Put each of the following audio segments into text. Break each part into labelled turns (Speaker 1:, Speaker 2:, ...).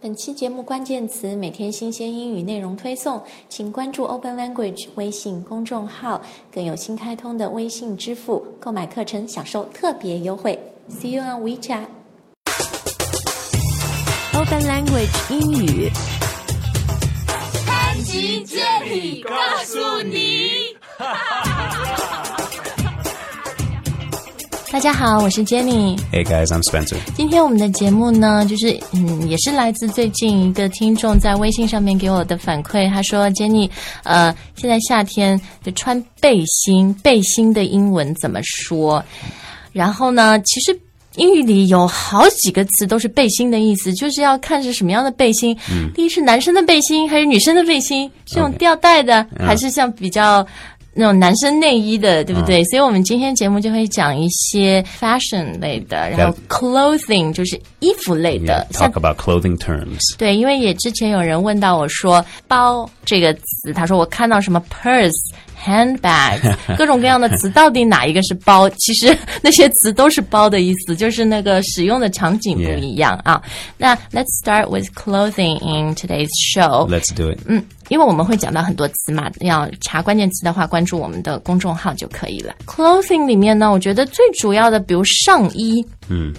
Speaker 1: 本期节目关键词每天新鲜英语内容推送，请关注 Open Language 微信公众号，更有新开通的微信支付，购买课程享受特别优惠。See you on WeChat。
Speaker 2: Open Language 英语。
Speaker 3: 潘吉这里告诉你，
Speaker 1: 大家好，我是 Jenny。
Speaker 4: Hey guys, I'm Spencer.
Speaker 1: 今天我们的节目呢，就是嗯，也是来自最近一个听众在微信上面给我的反馈，他说：“Jenny，呃，现在夏天就穿背心，背心的英文怎么说？”然后呢，其实。英语里有好几个词都是背心的意思，就是要看是什么样的背心。第一是男生的背心还是女生的背心，是用
Speaker 4: OK
Speaker 1: 吊带的
Speaker 4: 嗯
Speaker 1: 还是像比较那种男生内衣的，对不对？所以我们今天节目就会讲一些 fashion 类的，然后 clothing 就是衣服类
Speaker 4: Yeah,
Speaker 1: 的，像
Speaker 4: talk about clothing terms.
Speaker 1: 对，因为也之前有人问到我说“包”这个词，他说我看到什么 purse、handbag 各种各样的词，到底哪一个是包？其实那些词都是包的意思，就是那个使用的场景不
Speaker 4: Yeah.
Speaker 1: 一样啊。那 Let's start with clothing in today's show。
Speaker 4: Let's do it.
Speaker 1: 嗯，因为我们会讲到很多词嘛，要查关键词的话，关注我们的公众号就可以了。Clothing 里面呢，我觉得最主要的，比如上衣，
Speaker 4: 嗯，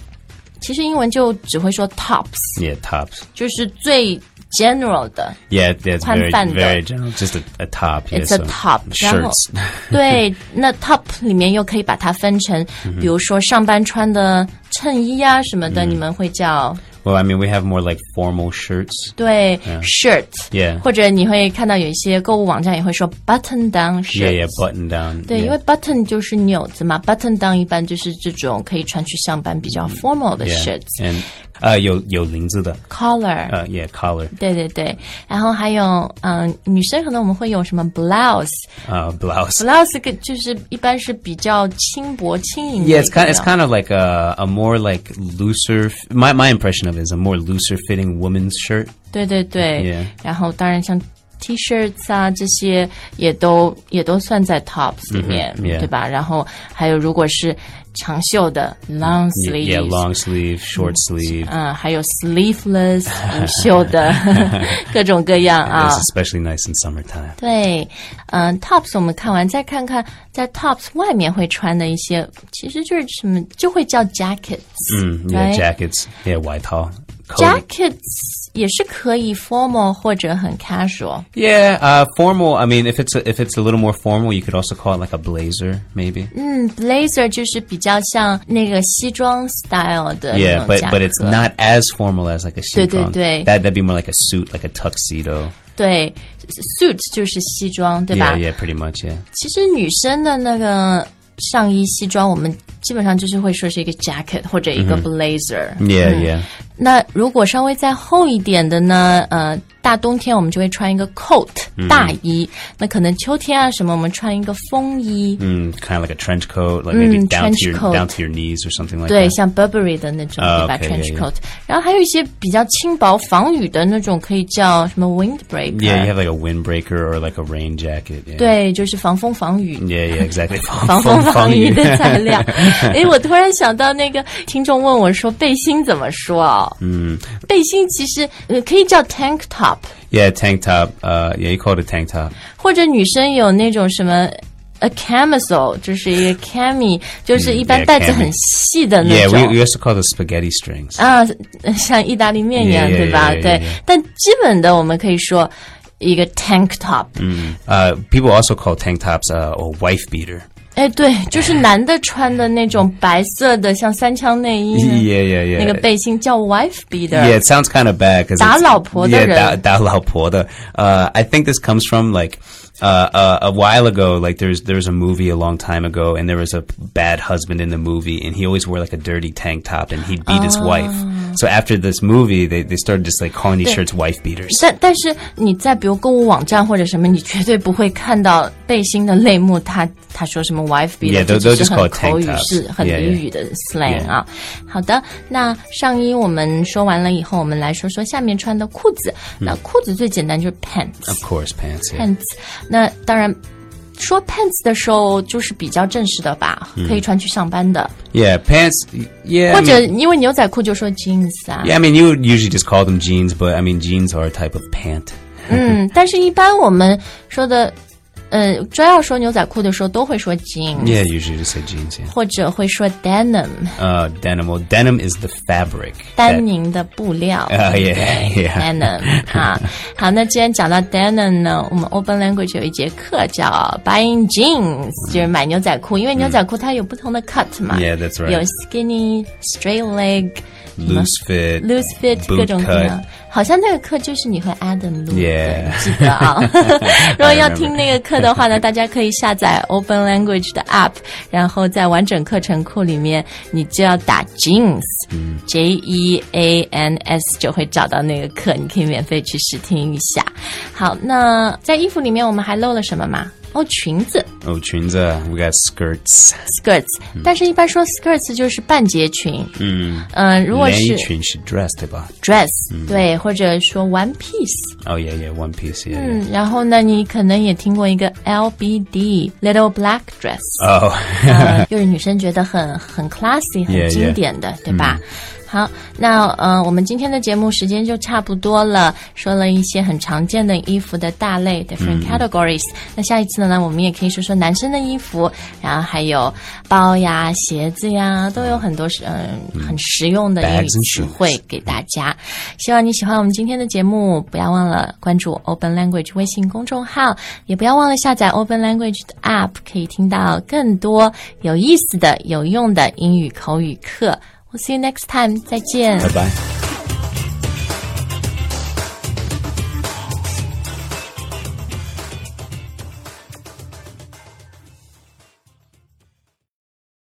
Speaker 1: 其实英文就只会说 tops，
Speaker 4: Yeah, tops.
Speaker 1: 就是最 general 的，
Speaker 4: Yeah, that's very,
Speaker 1: 宽泛的。
Speaker 4: very general. Just a, a top. Yeah,
Speaker 1: It's a
Speaker 4: so
Speaker 1: top，
Speaker 4: Shirts.
Speaker 1: 对，那 top 里面又可以把它分成，
Speaker 4: 嗯
Speaker 1: 比如说上班穿的衬衣啊什么的，你们会叫
Speaker 4: well, I mean, we have more like formal shirts.
Speaker 1: 对 shirt，
Speaker 4: 嗯 Yeah.
Speaker 1: 或者你会看到有一些购物网站也会说 button down
Speaker 4: Yeah,
Speaker 1: shirt
Speaker 4: yeah,。button down.
Speaker 1: 对，因
Speaker 4: yeah.
Speaker 1: 为 button 就是纽子嘛，button down 一般就是这种可以穿去上班比较 formal 的
Speaker 4: 嗯 yeah.
Speaker 1: shirts、
Speaker 4: And uh, 有有领子的
Speaker 1: collar，、
Speaker 4: uh, yeah collar
Speaker 1: 对对对，然后还有嗯、女生可能我们会有什么 blouse，blouse
Speaker 4: uh, blouse.
Speaker 1: 个就是一般是比较轻薄轻盈的一个
Speaker 4: Yeah, it's kind
Speaker 1: 料
Speaker 4: it's kind of like a a more like looser. f- My my impression of it is a more looser fitting woman's shirt.
Speaker 1: 对对对
Speaker 4: Yeah.
Speaker 1: 然后当然像 T shirts 啊这些也都也都算在 tops 里面
Speaker 4: 嗯 yeah.
Speaker 1: 对吧？然后还有如果是长袖的 long
Speaker 4: Yeah,
Speaker 1: sleeves，Mm.
Speaker 4: yeah, long sleeve, short sleeve.
Speaker 1: 嗯，还有 sleeveless 无袖的 各种各样啊
Speaker 4: It's。especially nice in summertime.
Speaker 1: 对，嗯、t o p s 我们看完再看看，在 tops 外面会穿的一些，其实就是什么，就会叫 jackets，
Speaker 4: Mm, yeah,
Speaker 1: right?
Speaker 4: jackets. Yeah, white tall.
Speaker 1: jackets 也是可以 formal 或者很 casual。
Speaker 4: Yeah, uh, formal. I mean, if it's a, if it's a little more formal, you could also call it like a blazer, maybe.
Speaker 1: 嗯，blazer 就是比较像那个西装 style 的那
Speaker 4: Yeah,
Speaker 1: 种
Speaker 4: but
Speaker 1: 夹
Speaker 4: but it's
Speaker 1: 克
Speaker 4: not as formal as like a suit.
Speaker 1: 对。
Speaker 4: That that'd be more like a suit, like a tuxedo.
Speaker 1: 对，suit 就是西装，对吧
Speaker 4: Yeah, yeah, pretty much. Yeah,
Speaker 1: 其实女生的那个上衣西装，我们基本上就是会说是一个 jacket 或者一个 blazer。
Speaker 4: yeah, yeah.
Speaker 1: 那如果稍微再厚一点的呢，呃，大冬天我们就会穿一个 coat 大衣，那可能秋天啊什么，我们穿一个风衣。
Speaker 4: Mm, kind of like a trench coat, like maybe
Speaker 1: Mm,
Speaker 4: down
Speaker 1: trench
Speaker 4: to your
Speaker 1: coat.
Speaker 4: down to your knees or something like
Speaker 1: 对，
Speaker 4: that.
Speaker 1: 像 Burberry 的那种，
Speaker 4: 啊
Speaker 1: 对吧
Speaker 4: OK，
Speaker 1: ？trench
Speaker 4: yeah，yeah
Speaker 1: coat，然后还有一些比较轻薄防雨的那种，可以叫什么 windbreaker。
Speaker 4: Yeah, you have like a windbreaker or like a rain jacket. Yeah,
Speaker 1: 对，就是防风防雨
Speaker 4: yeah, yeah exactly.
Speaker 1: 防风防 雨的
Speaker 4: 风雨。
Speaker 1: 材料。哎，我突然想到那个听众问我说背心怎么说啊？嗯，背心其实呃可以叫 tank top，
Speaker 4: yeah, tank top. Uh, yeah, you call it a tank top.
Speaker 1: 或者女生有那种什么。A camisole 就是一个 cami，就是一般
Speaker 4: yeah，
Speaker 1: 带子很
Speaker 4: cami
Speaker 1: 细的那
Speaker 4: Yeah,
Speaker 1: 种。
Speaker 4: we, we also call those spaghetti strings.
Speaker 1: 啊，像意大利面一样
Speaker 4: Yeah, yeah,
Speaker 1: 对吧
Speaker 4: yeah, yeah,
Speaker 1: 对
Speaker 4: yeah.
Speaker 1: 但基本的我们可以说一个 tank top。
Speaker 4: Uh, people also call tank tops uh, or wife beater.
Speaker 1: 哎、对，就是男的穿的那种白色的，像三枪内衣呢
Speaker 4: Yeah, yeah, yeah.
Speaker 1: 那个背心叫 wife beater。
Speaker 4: yeah, it sounds kind of bad because
Speaker 1: 打老婆的人。
Speaker 4: yeah, 打,打老婆的. Uh, I think this comes from like uh, uh, a while ago. Like there's there was a movie a long time ago, and there was a bad husband in the movie, and he always wore like a dirty tank top, and he beat his wife. So after this movie, they, they started just like calling these shirts wife beaters.
Speaker 1: 但但是你在比如购物网站或者什么，你绝对不会看到背心的类目，他他说什么 wife beater，
Speaker 4: Yeah,
Speaker 1: 这
Speaker 4: they'll-
Speaker 1: 只是
Speaker 4: they'll just
Speaker 1: 很
Speaker 4: call it tank
Speaker 1: 口语
Speaker 4: tops.
Speaker 1: 是很俚
Speaker 4: Yeah, yeah.
Speaker 1: 语的 slang
Speaker 4: Yeah.
Speaker 1: 啊。好的，那上衣我们说完了以后，我们来说说下面穿的裤子。那裤子最简单就是 pants，
Speaker 4: 啊 Of course, pants. Yeah.
Speaker 1: pants。那当然。说 pants 的时候就是比较正式的吧，可以穿去上班的，
Speaker 4: Yeah, pants. y- Yeah. I
Speaker 1: 或
Speaker 4: mean-
Speaker 1: 者因为牛仔裤就说 jeans 啊。
Speaker 4: yeah, I mean, you would usually just call them jeans, but I mean, jeans are a type of pant.
Speaker 1: 嗯，但是一般我们说的，呃，专要说牛仔裤的时候都会说 jeans，、
Speaker 4: Yeah, usually just say jeans. Yeah.
Speaker 1: 或者会说 denim，
Speaker 4: Uh, denim. Well, denim is the fabric.
Speaker 1: 丹宁的布料。
Speaker 4: that- uh, yeah, yeah.
Speaker 1: denim 啊，好，那既然讲到 denim 呢，我们 Open Language 有一节课叫 Buying Jeans，就是买牛仔裤，因为牛仔裤它有不同的 cut 嘛
Speaker 4: 嗯 Yeah, that's right. 嗯
Speaker 1: 有 skinny、straight leg、
Speaker 4: Loose fit.
Speaker 1: loose fit
Speaker 4: Boot
Speaker 1: 各种各样
Speaker 4: cut。
Speaker 1: 好像那个课就是你和 Adam 录的
Speaker 4: Yeah
Speaker 1: 记得啊。 如果要听那个课的话呢，大家可以下载 Open Language 的 App，然后在完整课程库里面，你就要打 Jeans、J
Speaker 4: 嗯
Speaker 1: E A N S 就会找到那个课，你可以免费去试听一下。好，那在衣服里面我们还漏了什么吗？哦，裙子
Speaker 4: Oh, chunza. We got skirts.
Speaker 1: skirts，、但
Speaker 4: 嗯
Speaker 1: 是一般说 skirts 就是半截裙。嗯嗯、如果是
Speaker 4: Nanyuan should dress, diba?
Speaker 1: dress，、对，或者说 one piece。
Speaker 4: Oh yeah, yeah. One piece. Yeah. yeah.
Speaker 1: 嗯，然后呢，你可能也听过一个 LBD Little Black Dress，、
Speaker 4: Oh.
Speaker 1: 呃、就是女生觉得很很 classy、很
Speaker 4: Yeah,
Speaker 1: 经典的对吧？好，那呃，我们今天的节目时间就差不多了，说了一些很常见的衣服的大类 （different categories）、那下一次呢，我们也可以说说男生的衣服，然后还有包呀、鞋子呀，都有很多是嗯、很实用的英语
Speaker 4: Bags and
Speaker 1: 词
Speaker 4: shoes
Speaker 1: 汇。给大家。希望你喜欢我们今天的节目，不要忘了关注 Open Language 微信公众号，也不要忘了下载 Open Language 的 App，可以听到更多有意思的、有用的英语口语课。We'll see you next time，再见。
Speaker 4: bye bye.